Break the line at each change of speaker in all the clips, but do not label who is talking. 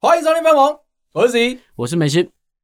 欢迎收听《奔萌》，我是 Z。
我是梅西，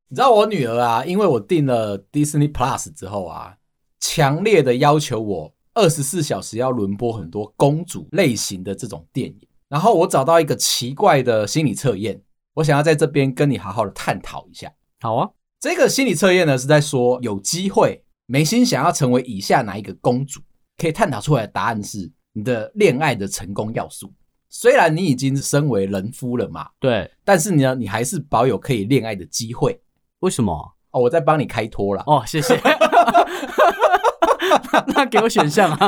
你知道我女儿啊，因为我订了 Disney Plus 之后啊，强烈的要求我二十四小时要轮播很多公主类型的这种电影。然后我找到一个奇怪的心理测验，我想要在这边跟你好好的探讨一下。
好啊，
这个心理测验呢是在说，有机会梅心想要成为以下哪一个公主，可以探讨出来的答案是你的恋爱的成功要素。虽然你已经身为人夫了嘛，
对，
但是呢，你还是保有可以恋爱的机会
为什么？
哦。我在帮你开脱啦。
哦，谢谢。 那那给我选项啊！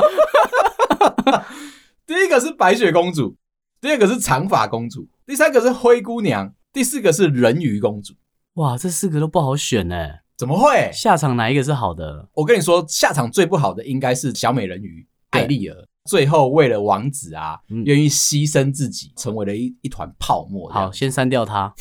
第一个是白雪公主，第二个是长发公主，第三个是灰姑娘，第四个是人鱼公主。
哇，这四个都不好选呢。
怎么会？
下场哪一个是好的？
我跟你说，下场最不好的应该是小美人鱼
对
艾丽儿，最后为了王子啊，
嗯
愿意牺牲自己，成为了一一团泡沫。
好，，先删掉它。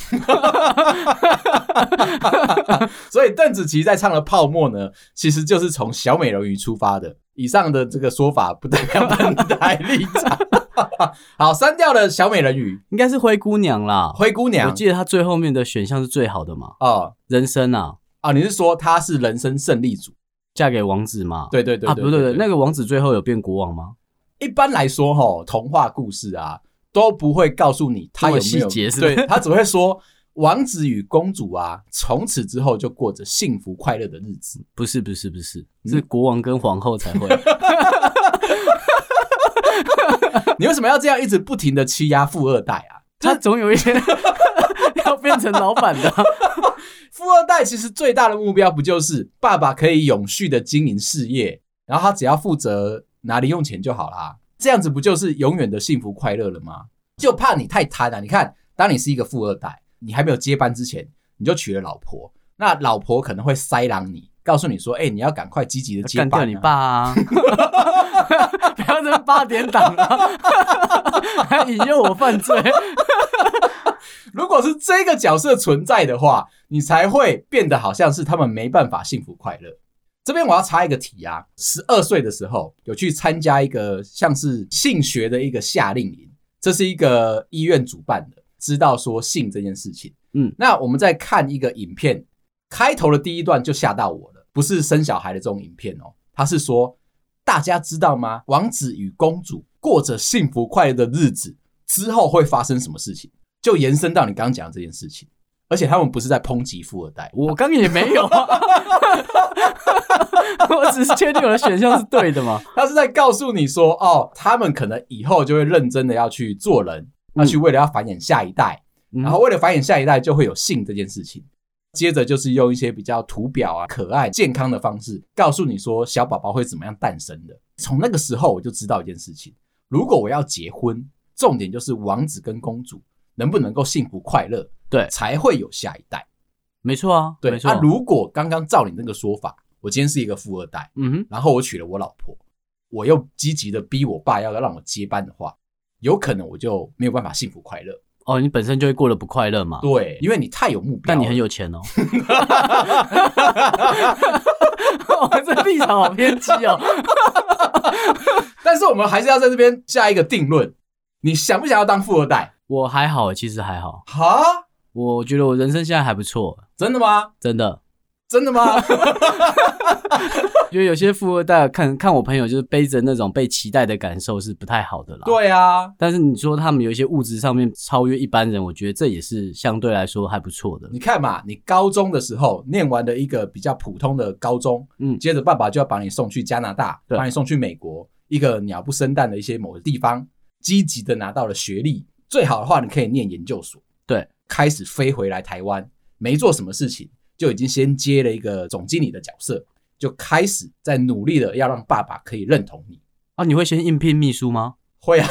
所以邓紫棋在唱的《泡沫》呢，其实就是从小美人鱼出发的。以上的这个说法不代表本台立场。 好，删掉了小美人鱼、
应该是灰姑娘啦。
灰姑
我
娘。
记得它最后面的选项是最好的嘛，
哦
人生啊，
啊，你是说她是人生胜利组？
嫁给王子嘛。
对对对
啊，不对对，那个王子最后有变国王吗？
一般来说，吼，童话故事啊，都不会告诉你他有没
这
有
么细节是不是
对他只会说王子与公主啊，从此之后就过着幸福快乐的日子。
不是不是不是，
嗯
是国王跟皇后 才会。
你为什么要这样一直不停的欺压富二代啊？
他总有一天 要变成老板的啊。
富二代其实最大的目标不就是爸爸可以永续的经营事业，然后他只要负责拿零用钱就好啦，这样子不就是永远的幸福快乐了吗？就怕你太贪了、啊你看，当你是一个富二代，你还没有接班之前，你就娶了老婆，那老婆可能会塞狼你，告诉你说：“哎、你要赶快积极的接
干
班、
掉你！爸啊！ 不要这么八点档啊！ 还引诱我犯罪，
如果是这个角色存在的话，你才会变得好像是他们没办法幸福快乐。这边我要插一个题啊，十二岁的时候有去参加一个像是性学的一个夏令营，这是一个医院主办的，知道说性这件事情。
嗯
那我们在看一个影片，开头的第一段就吓到我了，不是生小孩的这种影片哦，他是说大家知道吗？王子与公主过着幸福快乐的日子之后会发生什么事情？就延伸到你刚刚讲的这件事情，而且他们不是在抨击富二代，
我刚也没有啊！ 我只是确定我的选项是对的嘛。
他是在告诉你说，哦，他们可能以后就会认真的要去做人，要去为了要繁衍下一代，
嗯
然后为了繁衍下一代就会有性这件事情。接着就是用一些比较图表啊、可爱、健康的方式，告诉你说小宝宝会怎么样诞生的。从那个时候我就知道一件事情：如果我要结婚，重点就是王子跟公主能不能够幸福快乐，
对
才会有下一代。
没错啊，
对，
没错
那、。如果刚刚照你那个说法，我今天是一个富二代，
嗯哼，
然后我娶了我老婆，我又积极的逼我爸要让我接班的话，有可能我就没有办法幸福快乐。
哦，你本身就会过得不快乐嘛。
对，因为你太有目标，
但啊你很。有钱哦。我这立场好偏激哦。
但是我们还是要在这边下一个定论：你想不想要当富二代？
我还好，其实还好。
哈，
我觉得我人生现在还不错，
真的吗？
真的。
真的吗？
因为有些富二代看看我朋友，就是背着那种被期待的感受是不太好的啦。，
对啊，
但是你说他们有一些物质上面超越一般人，我觉得这也是相对来说还不错的。
你看嘛，你高中的时候念完了一个比较普通的高中，
嗯
接着爸爸就要把你送去加拿大，
对
把你送去美国，一个鸟不生蛋的一些某个地方，积极的拿到了学历，最好的话你可以念研究所，
对，
开始飞回来台湾，没做什么事情，就已经先接了一个总经理的角色，就开始在努力的要让爸爸可以认同你。
啊，你会先应聘秘书 吗？
会啊，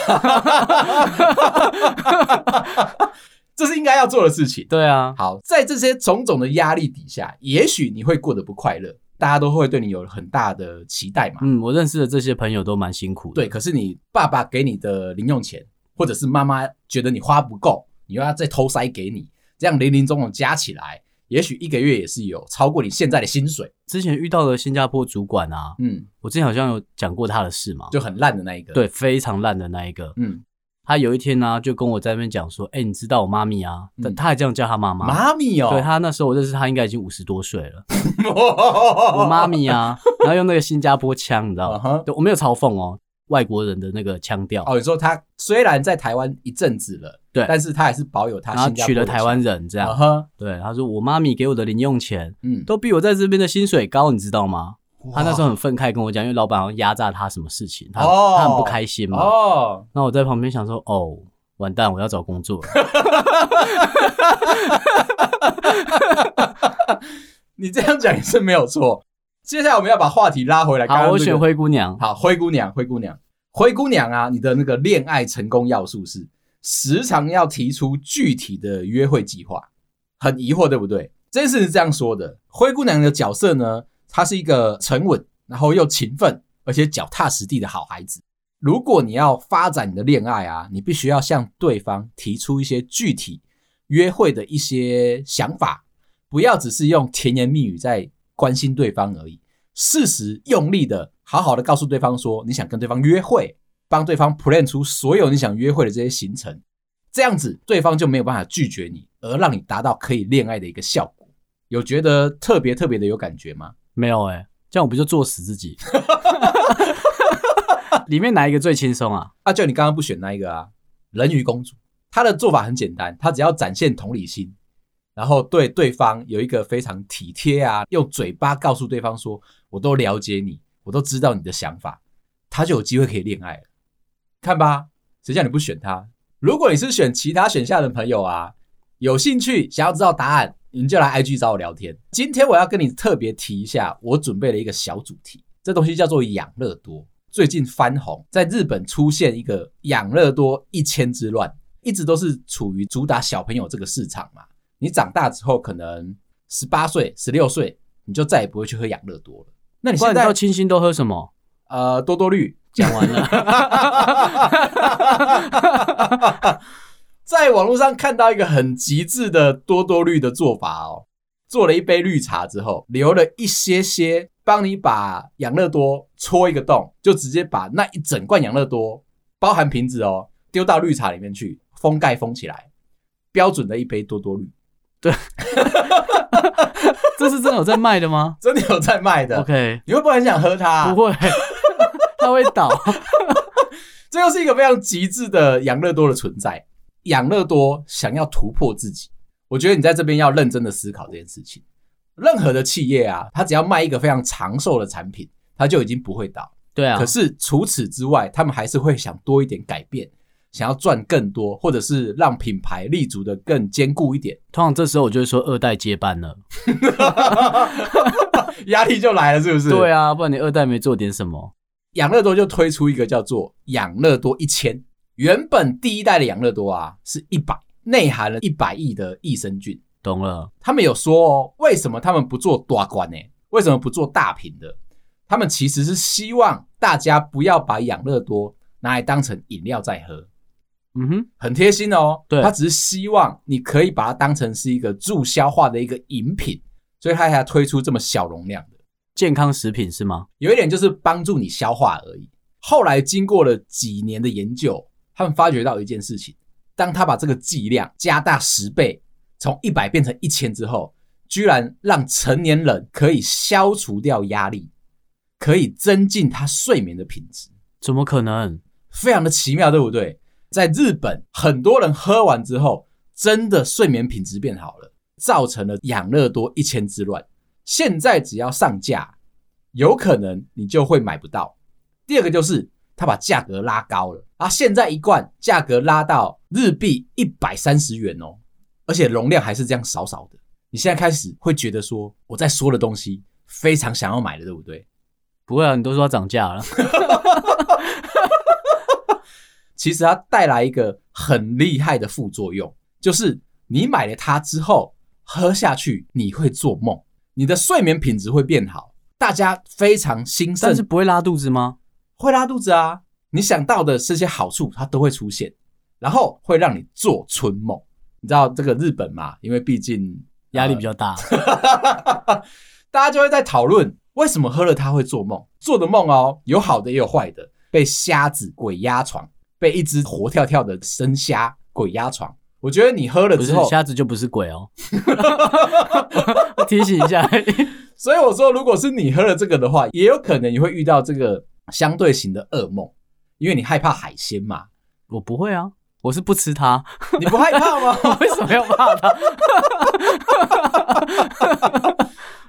这是应该要做的事情。
对啊，
好，在这些种种的压力底下，也许你会过得不快乐，大家都会对你有很大的期待嘛。
嗯，我认识的这些朋友都蛮辛苦的。
对，可是你爸爸给你的零用钱，或者是妈妈觉得你花不够，你又要再偷塞给你，这样零零总总加起来，也许一个月也是有超过你现在的薪水，
之前遇到的新加坡主管啊，
嗯，
我之前好像有讲过他的事嘛，
就很烂的那一个。，
对，非常烂的那一个。
嗯，
他有一天呢、就跟我在那边讲说：“哎、你知道我妈咪啊？”
嗯
但他还这样叫他妈妈。
妈咪哦，
对 他那时候我认识他，应该已经五十多岁了。我
我
妈咪哦啊，
哦
然后用那个新加坡腔，你知道
啊
吗？
哈，
对我没有嘲讽哦，外国人的那个腔调。
哦，你说他虽然在台湾一阵子了，
对
但是他还是保有他
然后
啊新加坡
娶了
的
台湾人，这
钱，啊
样、
哈，
对。他说：“我妈咪给我的零用钱
嗯，
都比我在这边的薪水高，你知道吗？”他那时
候
候很愤慨跟我讲，因为老板好像压榨他什么事情，他、
哦
他很不开心嘛。
哦，
那我在旁边想说，哦，完蛋，我要找工作了。
你这样讲也是没有错。接下来我们要把话题拉回来， 刚
好，
刚
我
这个
选灰姑娘。
好，灰姑娘，灰姑娘，灰姑娘啊，你的那个恋爱成功要素是时常要提出具体的约会计划，很疑惑对不对？这件事是这样说的：灰姑娘的角色呢，她是一个沉稳，然后又勤奋，而且脚踏实地的好孩子。如果你要发展你的恋爱啊，你必须要向对方提出一些具体约会的一些想法，不要只是用甜言蜜语在关心对方而已。适时用力的、好好的告诉对方说你想跟对方约会，帮对方 plan 出所有你想约会的这些行程，这样子对方就没有办法拒绝你，而让你达到可以恋爱的一个效果。有觉得特别特别的有感觉吗？
没有哎、这样我不就作死 自己？里面哪一个最轻松啊？
啊，就你刚刚不选那一个啊，人鱼公主，她的做法很简单，她只要展现同理心，然后对对方有一个非常体贴啊，用嘴巴告诉对方说我都了解你，我都知道你的想法，她就有机会可以恋爱了。看吧，谁叫你不选她？如果你是选其他选项的朋友啊，有兴趣想要知道答案，你们就来 IG 找我聊天。今天我要跟你特别提一下，我准备了一个小主题，这东西叫做养乐多。最近翻红，在日本出现一个养乐多一千之乱，一直都是处于主打小朋友这个市场嘛。你长大之后，可能十八岁、十六岁，你就再也不会去喝养乐多了。那你
不然
现
你到
在
清新都喝什么？
呃多多绿
讲完了，
在网络上看到一个很极致的多多绿的做法哦，做了一杯绿茶之后，留了一些些，帮你把养乐多戳一个洞，就直接把那一整罐养乐多，包含瓶子哦，丢到绿茶里面去，封盖封起来，标准的一杯多多绿，
这是真的有在卖的吗
真的有在卖的。
？OK，
你会不会很想喝它、啊
不会，啊 它会倒。
这又是一个非常极致的养乐多的存在。养乐多想要突破自己，我觉得你在这边要认真的思考这件事情。任何的企业啊，它只要卖一个非常长寿的产品，它就已经不会倒。
对啊
可，是除此之外，他们还是会想多一点改变，想要赚更多，或者是让品牌立足的更坚固 一点，
通常这时候我就会说二代接班了。
压力就来了，是不是？
对啊，不然你二代没做点什么，
养乐多就推出一个叫做养乐多一千。原本第一代的养乐多啊是一百，内含了一百亿的益生菌。
懂了？
他们有说哦，为什么他们不做大罐呢？为什么不做大瓶的？他们其实是希望大家不要把养乐多拿来当成饮料在喝，
嗯哼，
很贴心哦。
对
他只是希望你可以把它当成是一个助消化的一个饮品，所以他才推出这么小容量的。
健康食品是吗？
有一点就是帮助你消化而已。后来经过了几年的研究，他们发觉到一件事情：当他把这个剂量加大十倍，从一百变成一千之后，居然让成年人可以消除掉压力，可以增进他睡眠的品质，
怎么可能？
非常的奇妙，对不对？在日本，很多人喝完之后，真的睡眠品质变好了，造成了养乐多一千之乱。现在只要上架，有可能你就会买不到。第二个就是它把价格拉高了，啊，现在一罐价格拉到日币一百三十元哦，而且容量还是这样少少的。你现在开始会觉得说我在说的东西非常想要买的，对不对？
不会啊，你都说它涨价了。
其实它带来一个很厉害的副作用，就是你买了它之后喝下去，你会做梦，你的睡眠品质会变好，大家非常兴
但
盛
是，不会拉肚子吗？
会拉肚子啊，你想到的这些好处它都会出现，然后会让你做春梦。你知道这个日本嘛？因为毕竟
压力比较大。
大家就会在讨论为什么喝了它会做梦，做的梦哦，有好的也有坏的，被瞎子鬼压床，被一只活跳跳的生虾鬼压床。我觉得你喝了
不
之
是
后，
瞎子就不是鬼哦， 提醒一下，
所以我说，如果是你喝了这个的话，也有可能你会遇到这个相对型的噩梦，因为你害怕海鲜嘛，
我不会啊，我是不吃它，
你不害怕吗？
为什么要怕它？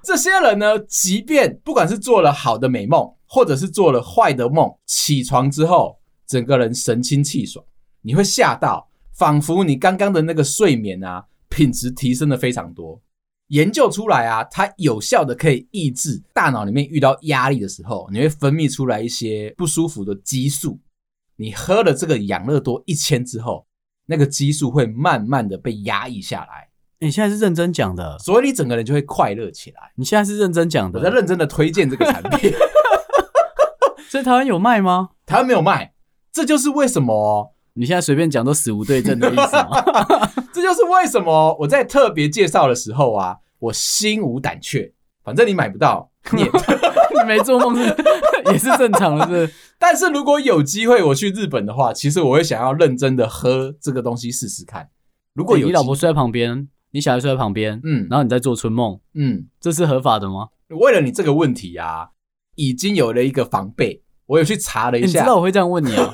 这些人呢，即便不管是做了好的美梦，或者是做了坏的梦，起床之后整个人神清气爽，你会吓到，仿佛你刚刚的那个睡眠啊，品质提升了非常多。研究出来啊，它有效的可以抑制大脑里面遇到压力的时候，你会分泌出来一些不舒服的激素。你喝了这个养乐多一千之后，那个激素会慢慢的被压抑下来，
你现在是认真讲的，
所以你整个人就会快乐起来。
你现在是认真讲
我在
的，
认真的推荐这个产品，
嗯 在台湾有卖吗？
台湾没有卖，这就是为什么 哦，
你现在随便讲都死无对证的意思吗？
这就是为什么我在特别介绍的时候啊，我心无胆怯，反正你买不到，你 也
你没做梦是 也是正常的，是不是？
但是如果有机会我去日本的话，其实我会想要认真的喝这个东西试试看。如果有
哎你
机
老婆睡在旁边，你小孩睡在旁边，
嗯
然后你在做春梦，
嗯，
这是合法的吗？
为了你这个问题啊，已经有了一个防备，我有去查了
欸
一
你知
下，
道我会这样问你啊？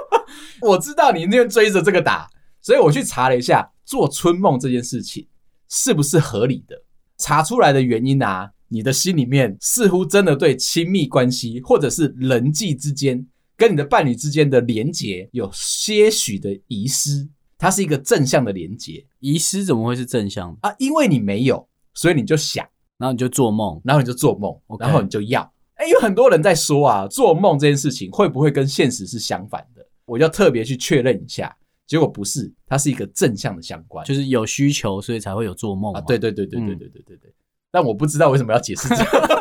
我知道你一定会追着这个打，所以我去查了一下做春梦这件事情是不是合理的。查出来的原因啊，你的心里面似乎真的对亲密关系或者是人际之间跟你的伴侣之间的连结有些许的遗失，它是一个正向的连结
遗失怎么会是正向的？
啊，因为你没有，所以你就想，
然后你就做梦，
然后你就做梦，
OK
然后你就要。哎，有很多人在说啊，做梦这件事情会不会跟现实是相反的？我要特别去确认一下，结果不是，它是一个正向的相关。
就是有需求，所以才会有做梦
啊，
嘛
对，对对对对
嗯
对对对对。但我不知道为什么要解释这个。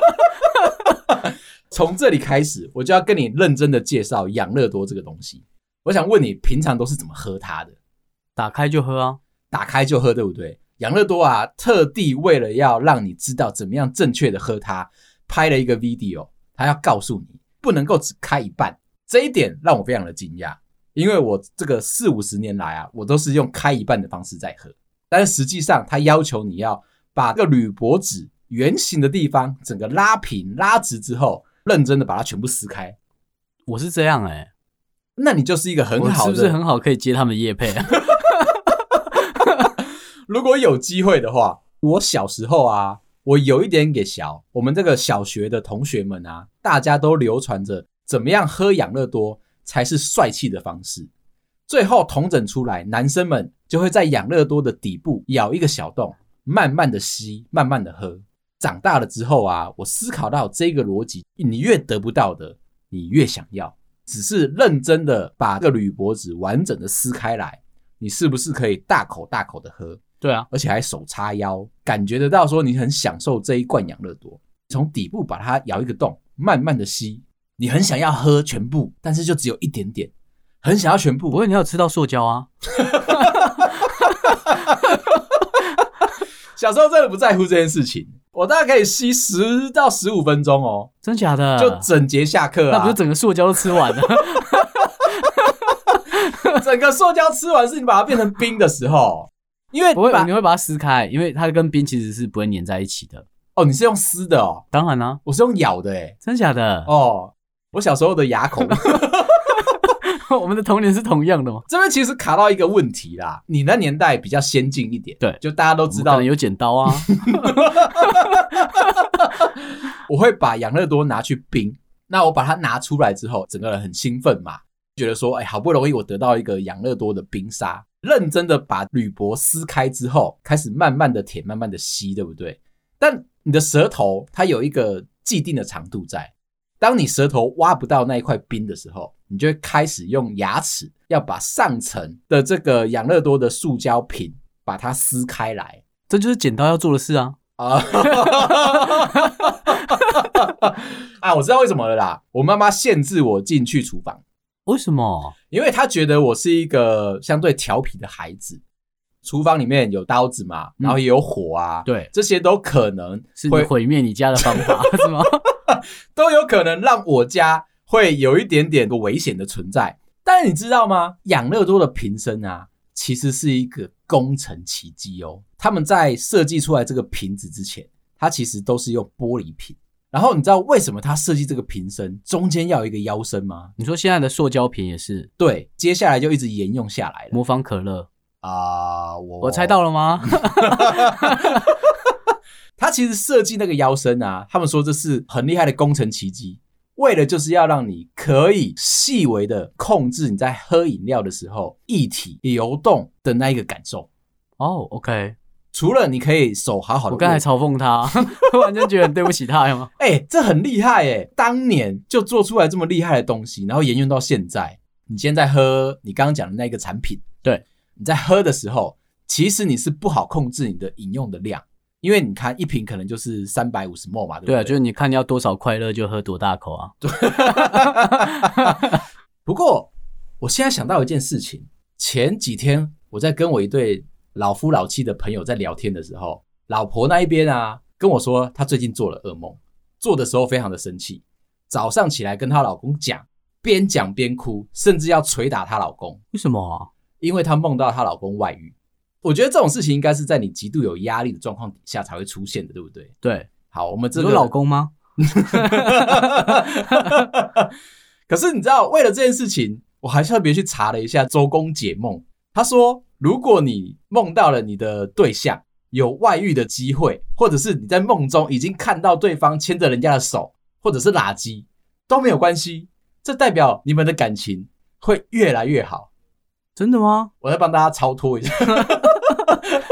从这里开始，我就要跟你认真的介绍养乐多这个东西。我想问你，平常都是怎么喝它的？
打开就喝啊。
打开就喝，对不对？养乐多啊，特地为了要让你知道怎么样正确的喝它，拍了一个 video，他要告诉你不能够只开一半。这一点让我非常的惊讶，因为我这个四五十年来啊，我都是用开一半的方式在喝，但是实际上他要求你要把这个铝箔纸圆形的地方整个拉平拉直之后，认真的把它全部撕开，
我是这样哎、
那你就是一个很
我
好
是
的，
不是很好可以接他们的夜配啊？
如果有机会的话，我小时候啊，我有一点给小我们这个小学的同学们啊，大家都流传着怎么样喝养乐多才是帅气的方式。最后统整出来，男生们就会在养乐多的底部咬一个小洞，慢慢的吸，慢慢的喝。长大了之后啊，我思考到这个逻辑，你越得不到的，你越想要。只是认真的把这个铝箔纸完整的撕开来，你是不是可以大口大口的喝？
对啊，
而且还手叉腰，感觉得到说你很享受这一罐养乐多。从底部把它咬一个洞，慢慢的吸，你很想要喝全部，但是就只有一点点，很想要全
不
部。
过你要有吃到塑胶啊，
小时候真的不在乎这件事情，我大概可以吸十到十五分钟哦，
真假的？
就整节下课
嗯那不
啊
是，整个塑胶都吃完了？
整个塑胶吃完是你把它变成冰的时候，因为
不会
把，
你会把它撕开，因为它跟冰其实是不会粘在一起的。
哦，你是用撕的哦，
当然啦、
我是用咬的诶
真假的？
哦，我小时候的牙口
我们的童年是同样的吗？
这边其实卡到一个问题啦，你那年代比较先进一点，
对
就大家都知
知道
道，
有剪刀 啊，
我会把养乐多拿去冰，那我把它拿出来之后，整个人很兴奋嘛，觉得说，哎，好不容易我得到一个养乐多的冰沙，认真的把铝箔撕开之后，开始慢慢的舔，慢慢的吸，对不对？但你的舌头它有一个既定的长度在，当你舌头挖不到那一块冰的时候，你就会开始用牙齿要把上层的这个养乐多的塑胶瓶把它撕开来。
这就是剪刀要做的事啊。
啊，啊，我知道为什么了啦。我妈妈限制我进去厨房，
为什么？
因为她觉得我是一个相对调皮的孩子，厨房里面有刀子嘛，然后也有火啊，
嗯对，
这些都可能
是
会
你毁灭你家的方 法是吗？
都有可能让我家会有一点点的危险的存在。但是你知道吗？养乐多的瓶身啊，其实是一个工程奇迹哦。他们在设计出来这个瓶子之前，它其实都是用玻璃瓶。然后你知道为什么它设计这个瓶身中间要有一个腰身吗？
你说现在的塑胶瓶也是
对，接下来就一直沿用下来了
模仿可
哦
乐，
啊、我
我猜到 了吗？
他其实设计那个腰身啊，他们说这是很厉害的工程奇迹，为了就是要让你可以细微的控制你在喝饮料的时候液体流动的那一个感受。
哦，OK，
除了你可以手好好的，
我刚才嘲讽他， 突然间觉得很对不起他吗？
哎、这很厉害哎、当年就做出来这么厉害的东西，然后沿用到现在。你现在喝你刚刚讲的那个产品，
对，
你在喝的时候，其实你是不好控制你的饮用的量，因为你看一瓶可能就是三百五十 ml 嘛，对不
对啊，
对？
就是你看你要多少快乐就喝多大口啊。
不过，我现在想到一件事情，前几天我在跟我一对老夫老妻的朋友在聊天的时候，老婆那一边啊跟我说，她最近做了噩梦，做的时候非常的生气，早上起来跟她老公讲，边讲边哭，甚至要捶打她老公，
为什么啊？
因为她梦到她老公外遇。我觉得这种事情应该是在你极度有压力的状况底下才会出现的，对不对？
对，
好，我们这
只
个
有老公吗？
可是你知道，为了这件事情，我还特别去查了一下周公解梦。他说，如果你梦到了你的对象有外遇的机会，或者是你在梦中已经看到对方牵着人家的手，或者是垃圾，都没有关系。这代表你们的感情会越来越好。
真的吗？
我再帮大家超脱一下，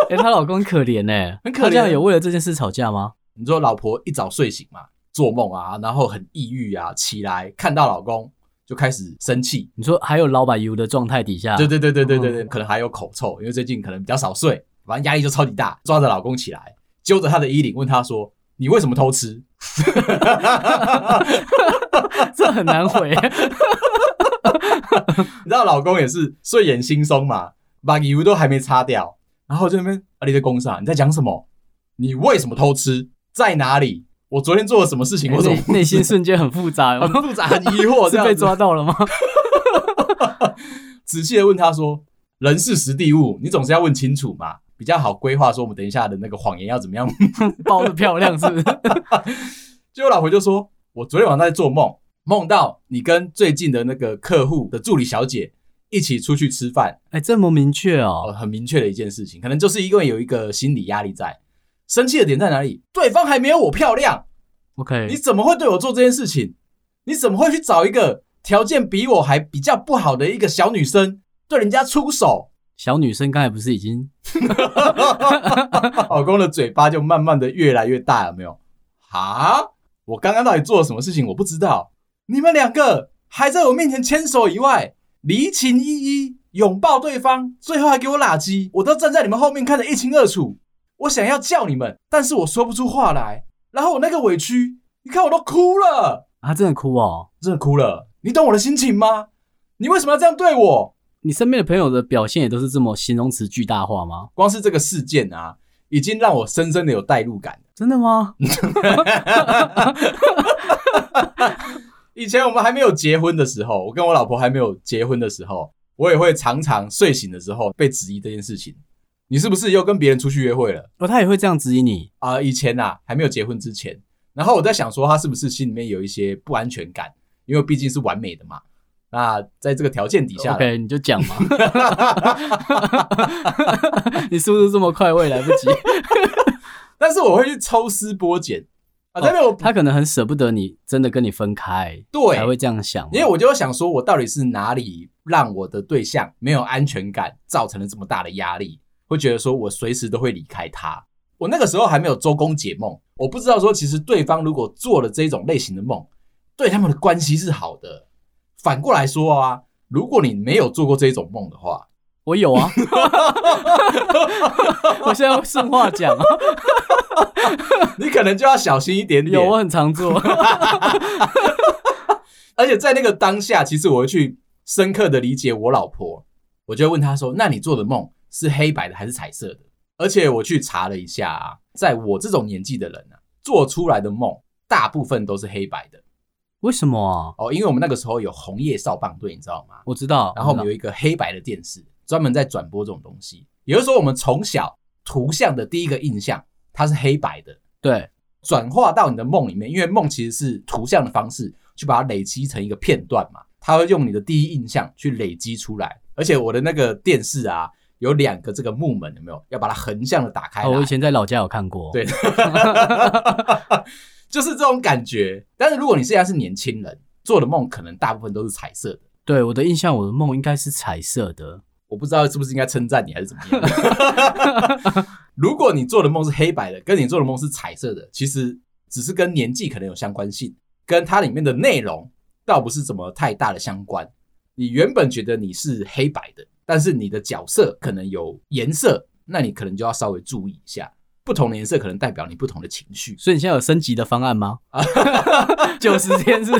哎、她老公很可怜哎、
很
她
可
这样
怜。啊
有为了这件事吵架吗？
你说老婆一早睡醒嘛，做梦啊，然后很抑郁啊，起来看到老公就开始生气，
你说还有老板油的状态底下，
对对对对对对
嗯
对，可能还有口臭，因为最近可能比较少睡，反正压力就超级大，抓着老公起来，揪着他的衣领，问他说：“你为什么偷吃
这很难回。？”
你知道老公也是睡眼惺忪嘛，把油都还没擦掉，然后就在那边啊，你在公上，你在讲什么？你为什么偷吃？在哪里？我昨天做了什么事 情？我怎么
哎内内 心瞬间很复杂，
很复杂、很疑 惑？这
是
样
被
子
抓到了吗？
仔细的问他说：“人事实地物，你总是要问清楚嘛，比较好规划。说我们等一下的那个谎言要怎么样
包的漂亮是不是？
结果老婆就说：“我昨天晚上在做梦，梦到你跟最近的那个客户的助理小姐一起出去吃饭，
哎、这么明确
哦，
哦，
很明确的一件事情，可能就是因为有一个心理压力在。生气的点在哪里？对方还没有我漂亮，你
OK，
怎么会对我做这件事情？你怎么会去找一个条件比我还比较不好的一个小女生对人家出手？”
小女生刚才不是已经
老公的嘴巴就慢慢的越来越大，有没有？哈，我刚刚到底做了什么事情？我不知道。你们两个还在我面前牵手以外，离情依依，拥抱对方，最后还给我拉鸡，我都站在你们后面看得一清二楚。我想要叫你们，但是我说不出话来。然后我那个委屈，你看我都哭了，
啊，真的哭哦？
真的哭了。你懂我的心情吗？你为什么要这样对我？
你身边的朋友的表现也都是这么形容词巨大化吗？
光是这个事件啊，已经让我深深的有代入感。
真的吗？
以前我们还没有结婚的时候，我跟我老婆还没有结婚的时候，我也会常常睡醒的时候被质疑这件事情。你是不是又跟别人出去约会了？
哦，他也会这样质疑你，
啊、以前啊，还没有结婚之前，然后我在想说，她是不是心里面有一些不安全感？因为毕竟是完美的嘛。那在这个条件底下
OK，你就讲嘛。 你速度这么快，我也来不及。
但是我会去抽丝剥茧啊，代表我、
他可能很舍不得你，真的跟你分开，
对
才会这样想嘛。
因为我就想说，我到底是哪里让我的对象没有安全感，造成了这么大的压力，会觉得说我随时都会离开他。我那个时候还没有周公解梦，我不知道说其实对方如果做了这种类型的梦，对他们的关系是好的。反过来说啊，如果你没有做过这种梦的话，
我有 啊，我现在顺话讲啊，
你可能就要小心一点点。
有我很常做。
而且在那个当下，其实我会去深刻的理解我老婆，我就会问她说：“那你做的梦是黑白的还是彩色的。而且我去查了一下、啊，在我这种年纪的人啊，做出来的梦大部分都是黑白的
为什么啊？
哦，因为我们那个时候有红叶少棒队，你知道吗？
我知道，
然后我
我
们
知
有一个黑白的电视，专门在转播这种东西。也就是说，我们从小图像的第一个印象，它是黑白的，
道对
转化到你的梦里面，因为梦其实是图像的方式去把它累积成一个片段嘛，它会用你的第一印象去累积出来。而且我的那个电视啊，有两个这个木门，有没有？要把它横向的打开来。
哦，我以前在老家有看过，
对 就是这种感觉。但是如果你现在是年轻人，做的梦可能大部分都是彩色的。
对，我的印象，我的梦应该是彩色的。
我不知道是不是应该称赞你还是怎么样。 如果你做的梦是黑白的，跟你做的梦是彩色的，其实只是跟年纪可能有相关性，跟它里面的内容倒不是怎么太大的相关。你原本觉得你是黑白的，但是你的角色可能有颜色，那你可能就要稍微注意一下。不同的颜色可能代表你不同的情绪。
所以你现在有升级的方案 吗？九十天是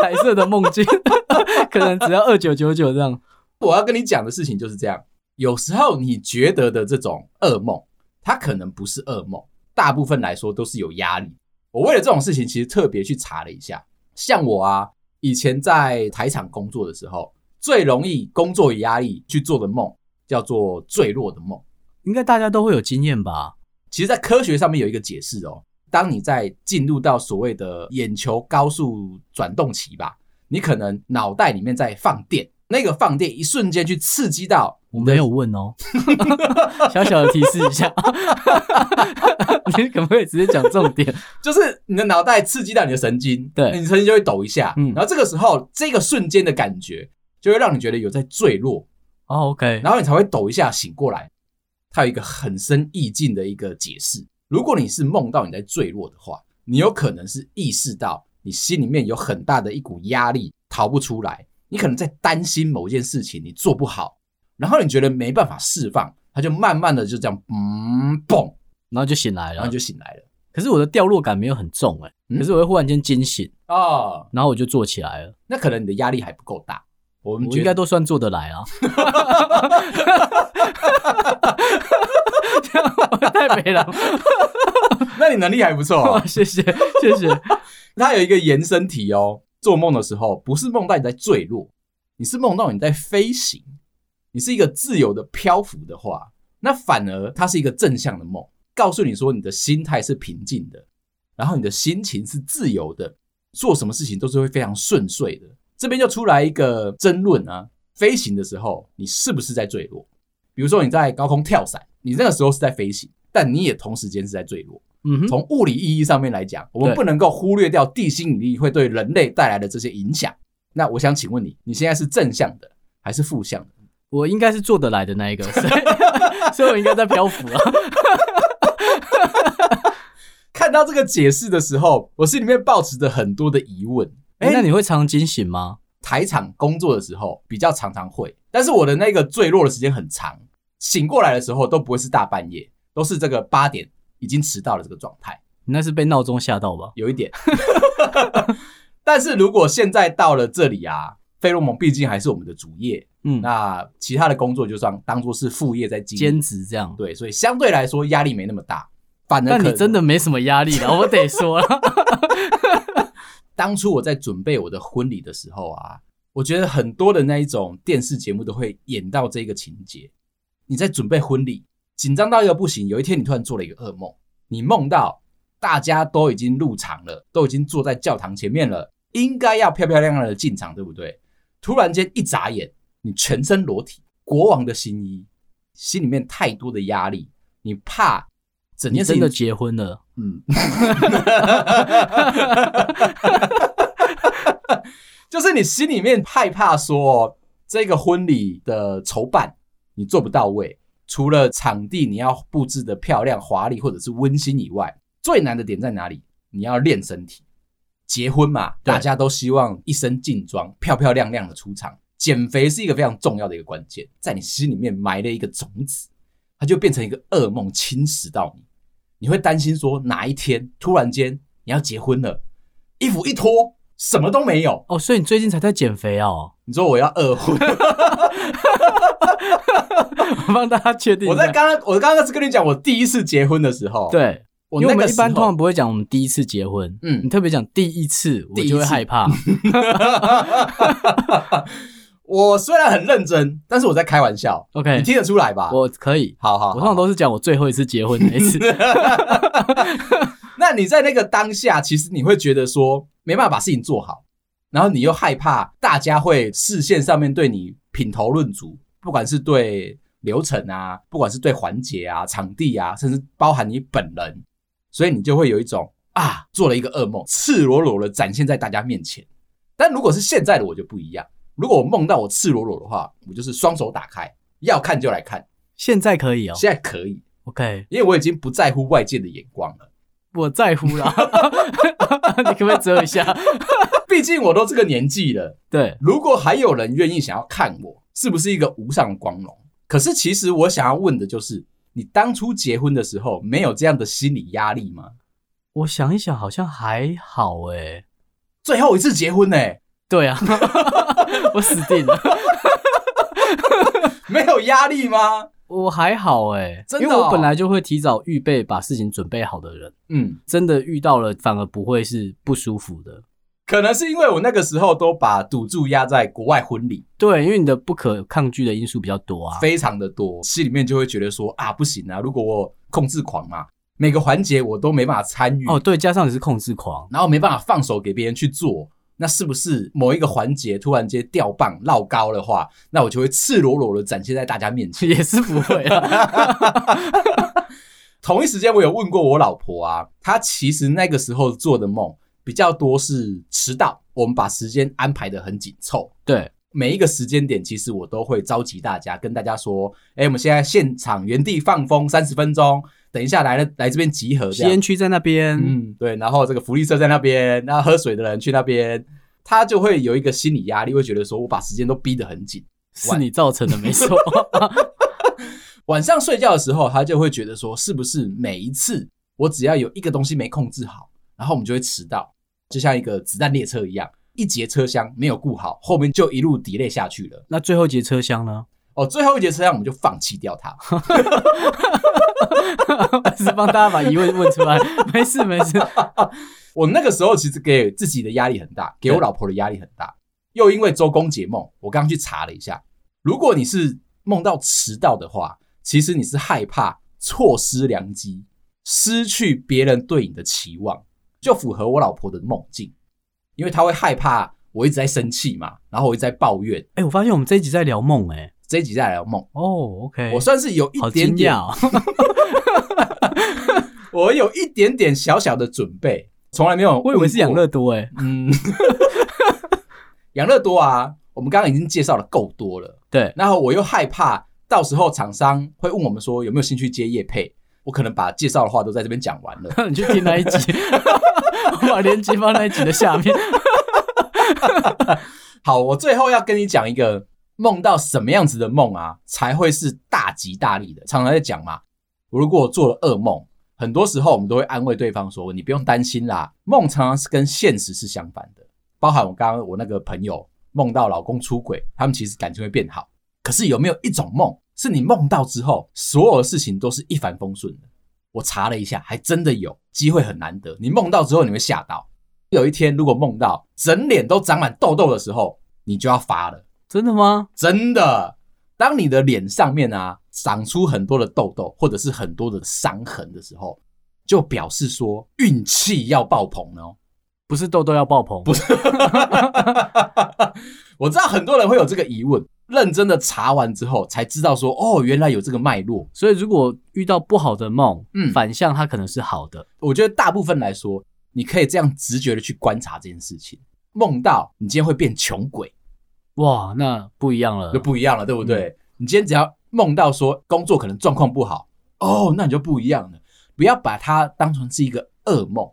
彩色的梦境， 可能只要二九九九这样。
我要跟你讲的事情就是这样。有时候你觉得的这种噩梦，它可能不是噩梦，大部分来说都是有压力。我为了这种事情，其实特别去查了一下。像我啊，以前在台场工作的时候，最容易工作与压力去做的梦，叫做坠落的梦。
应该大家都会有经验吧？
其实，在科学上面有一个解释哦。当你在进入到所谓的眼球高速转动期吧，你可能脑袋里面在放电，那个放电一瞬间去刺激到
我没有问 哦，小小的提示一下，你可不可以直接讲重点？
就是你的脑袋刺激到你的神经，
对
你的神经就会抖一下，
嗯
然后这个时候这个瞬间的感觉就会让你觉得有在坠落，
哦，OK、o k
然后你才会抖一下醒过来。它有一个很深意境的一个解释。如果你是梦到你在坠落的话，你有可能是意识到你心里面有很大的一股压力逃不出来，你可能在担心某件事情你做不好，然后你觉得没办法释放，它就慢慢的就这样嗯蹦，
然后就醒来
然
了
后你。就醒来了。
可是我的掉落感没有很重哎、
嗯
可是我会忽然间惊醒，
哦，
然后我就坐起来了。
那可能你的压力还不够大。我们
我
觉
应
得
该都算做得 来啊。 这样我太美了，。
那你能力还不错、哦
谢谢谢谢。
它有一个延伸题哦，做梦的时候不是梦到你在坠落，你是梦到你在飞行，你是一个自由的漂浮的话，那反而它是一个正向的梦，告诉你说你的心态是平静的，然后你的心情是自由的，做什么事情都是会非常顺遂的。这边就出来一个争论啊，飞行的时候你是不是在坠落？比如说你在高空跳伞，你那个时候是在飞行，但你也同时间是在坠落。
嗯哼，
从物理意义上面来讲，我们
对
不能够忽略掉地心引力会对人类带来的这些影响。那我想请问你，你现在是正向的还是负向的？
我应该是做得来的那一个，所以 所以我应该在漂浮啊。
看到这个解释的时候，我心里面抱持着很多的疑问。
哎、
哎、
那你会常惊醒吗？
台场工作的时候比较常常会，但是我的那个坠落的时间很长，醒过来的时候都不会是大半夜，都是这个八点已经迟到了这个状态。
你那是被闹钟吓到吧？
有一 点。但是如果现在到了这里啊，费洛蒙毕竟还是我们的主业，
嗯，
那其他的工作就算当做是副业在经营
兼，职这样。
对，所以相对来说压力没那么大。反而
但
可
你真的没什么 压力的，我得说了。
当初我在准备我的婚礼的时候啊，我觉得很多的那一种电视节目都会演到这个情节。你在准备婚礼，紧张到一个不行，有一天你突然做了一个噩梦，你梦到大家都已经入场了，都已经坐在教堂前面了，应该要漂漂亮亮的进场，对不对？突然间一眨眼，你全身裸体，国王的新衣，心里面太多的压力，你怕整
你
件事
真
情
的结婚了，
嗯，就是你心里面害怕说这个婚礼的筹办你做不到位，除了场地你要布置的漂亮华丽或者是温馨以外，最难的点在哪里？你要练身体。结婚嘛，
对
大家都希望一身劲装，漂漂亮亮的出场。减肥是一个非常重要的一个关键，在你心里面埋了一个种子，它就变成一个噩梦侵蚀到你。你会担心说哪一天突然间你要结婚了，衣服一脱什么都没有，
哦，所以你最近才在减肥哦。
你说我要二婚，
我帮大家确 定一
我
下。
在刚刚，我刚刚是跟你讲，我第一次结婚的时候，，
对，
我
因
那
为我
个
们一般
时
通
候
常不会讲我们第一次结婚，
嗯
你特别讲第一次，我
第一
就会
次
害怕。
我虽然很认真，但是我在开玩笑，
OK，
你听得出来吧？
我可以，
好好
我通常
好。
都是讲我最后一次结婚那 一次。
那你在那个当下，其实你会觉得说没办法把事情做好，然后你又害怕大家会视线上面对你品头论足，不管是对流程啊，不管是对环节啊、场地啊，甚至包含你本人，所以你就会有一种啊，做了一个噩梦，赤裸裸的展现在大家面前。但如果是现在的我就不一样，如果我梦到我赤裸裸的话，我就是双手打开，要看就来看。
现在可以哦
现在可以，
，OK，
因为我已经不在乎外界的眼光了。
我在乎 啦。你可不可以遮一下？
毕竟我都这个年纪了，
对，
如果还有人愿意想要看我，是不是一个无上的光荣？可是其实我想要问的就是，你当初结婚的时候没有这样的心理压力吗？
我想一想，好像还好诶。
最后一次结婚呢、
对啊， 我死定了。
没有压力吗？
我还好诶，
真的
因为我
哦
本来就会提早预备，把事情准备好的人，
嗯，
真的遇到了反而不会是不舒服的。
可能是因为我那个时候都把赌注压在国外婚礼，
对，因为你的不可抗拒的因素比较多啊。
非常的多，心里面就会觉得说啊，不行啊，如果我控制狂嘛，每个环节我都没办法参与，
哦，对，加上你是控制狂，
然后没办法放手给别人去做，那是不是某一个环节突然间掉棒落高的话，那我就会赤裸裸的展现在大家面前？
也是不会 啊。
同一时间，我有问过我老婆啊，她其实那个时候做的梦比较多是迟到，我们把时间安排的很紧凑。
对，
每一个时间点，其实我都会召集大家，跟大家说：，哎，我们现在现场原地放风三十分钟，等一下来了来这边集合。
吸
这样。
烟区在那边，
嗯，对，然后这个福利社在那边，那喝水的人去那边，他就会有一个心理压力，会觉得说我把时间都逼得很紧。
是你造成的，没错。
晚上睡觉的时候，他就会觉得说，是不是每一次我只要有一个东西没控制好，然后我们就会迟到，就像一个子弹列车一样，一节车厢没有顾好，后面就一路 delay 下去了。
那最后一节车厢呢？
哦，最后一节车厢我们就放弃掉它。
是帮大家把疑问问出来， 没事没事。
我那个时候其实给自己的压力很大，给我老婆的压力很大，又因为周公解梦，我刚刚去查了一下，如果你是梦到迟到的话，其实你是害怕错失良机，失去别人对你的期望，就符合我老婆的梦境，因为她会害怕我一直在生气嘛，然后我一直在抱怨。
哎、我发现我们这一集在聊梦、哎，
这一集再来聊梦，
哦，OK，
我算是有一
好
点
惊
点
讶、哦，
我有一点点小小的准备，从来没有。
我以为是养乐多、哎，
嗯， 养乐多啊，我们刚刚已经介绍的够多了，
对，
然后我又害怕到时候厂商会问我们说有没有兴趣接业配，我可能把介绍的话都在这边讲完了。
你去听那一集， 我把链接放在那一集的下面。
好，我最后要跟你讲一个梦到什么样子的梦啊，才会是大吉大利的。常常在讲嘛，我如果我做了噩梦，很多时候我们都会安慰对方说你不用担心啦，梦常常是跟现实是相反的。包含我刚刚我那个朋友梦到老公出轨，他们其实感情会变好。可是有没有一种梦，是你梦到之后，所有的事情都是一帆风顺的？我查了一下，还真的有，机会很难得。你梦到之后，你会吓到。有一天，如果梦到整脸都长满痘痘的时候，你就要发了。
真的吗？
真的，当你的脸上面啊长出很多的痘痘，或者是很多的伤痕的时候，就表示说运气要爆棚哦。
不是痘痘要爆棚，不是，
我知道很多人会有这个疑问，认真的查完之后才知道说，哦，原来有这个脉络。
所以如果遇到不好的梦，
嗯
反向它可能是好的，
我觉得大部分来说，你可以这样直觉的去观察这件事情。梦到你今天会变穷鬼
哇，那不一样了
就，不一样了，对不对？
嗯
你今天只要梦到说工作可能状况不好，哦，那你就不一样了。不要把它当成是一个噩梦。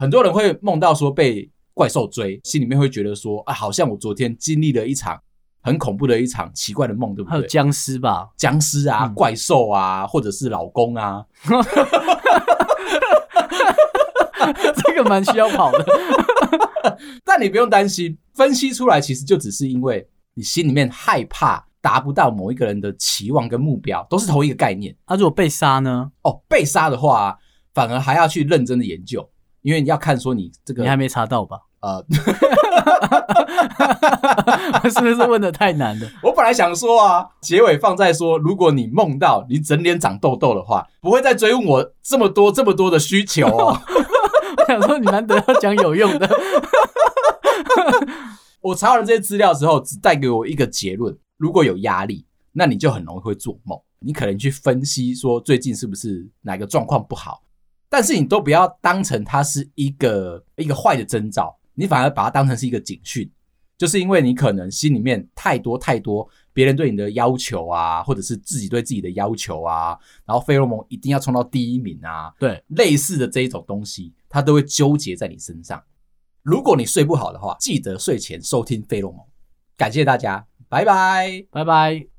很多人会梦到说被怪兽追，心里面会觉得说啊，好像我昨天经历了一场很恐怖的一场奇怪的梦，对不
还有
对？
僵尸吧？
僵尸啊、
嗯
怪兽啊，或者是老公啊，
这个蛮需要跑的，
但你不用担心，分析出来其实就只是因为你心里面害怕达不到某一个人的期望跟目标，都是同一个概念
啊，如果被杀呢？
哦。被杀的话、反而还要去认真的研究，因为你要看说你这个
你还没查到吧？
呃，
是不是问的太难了？
我本来想说啊，结尾放在说，如果你梦到你整脸长痘痘的话，不会再追问我这么多这么多的需求哦。
我想说你难得要讲有用的，
我查完了这些资料之后，只带给我一个结论：如果有压力，那你就很容易会做梦。你可能去分析说最近是不是哪个状况不好，但是你都不要当成它是一个一个坏的征兆，你反而把它当成是一个警讯，就是因为你可能心里面太多太多别人对你的要求啊，或者是自己对自己的要求啊，然后费洛蒙一定要冲到第一名啊，
对，
类似的这一种东西，它都会纠结在你身上。如果你睡不好的话，记得睡前收听费洛蒙。感谢大家，拜拜。
拜拜。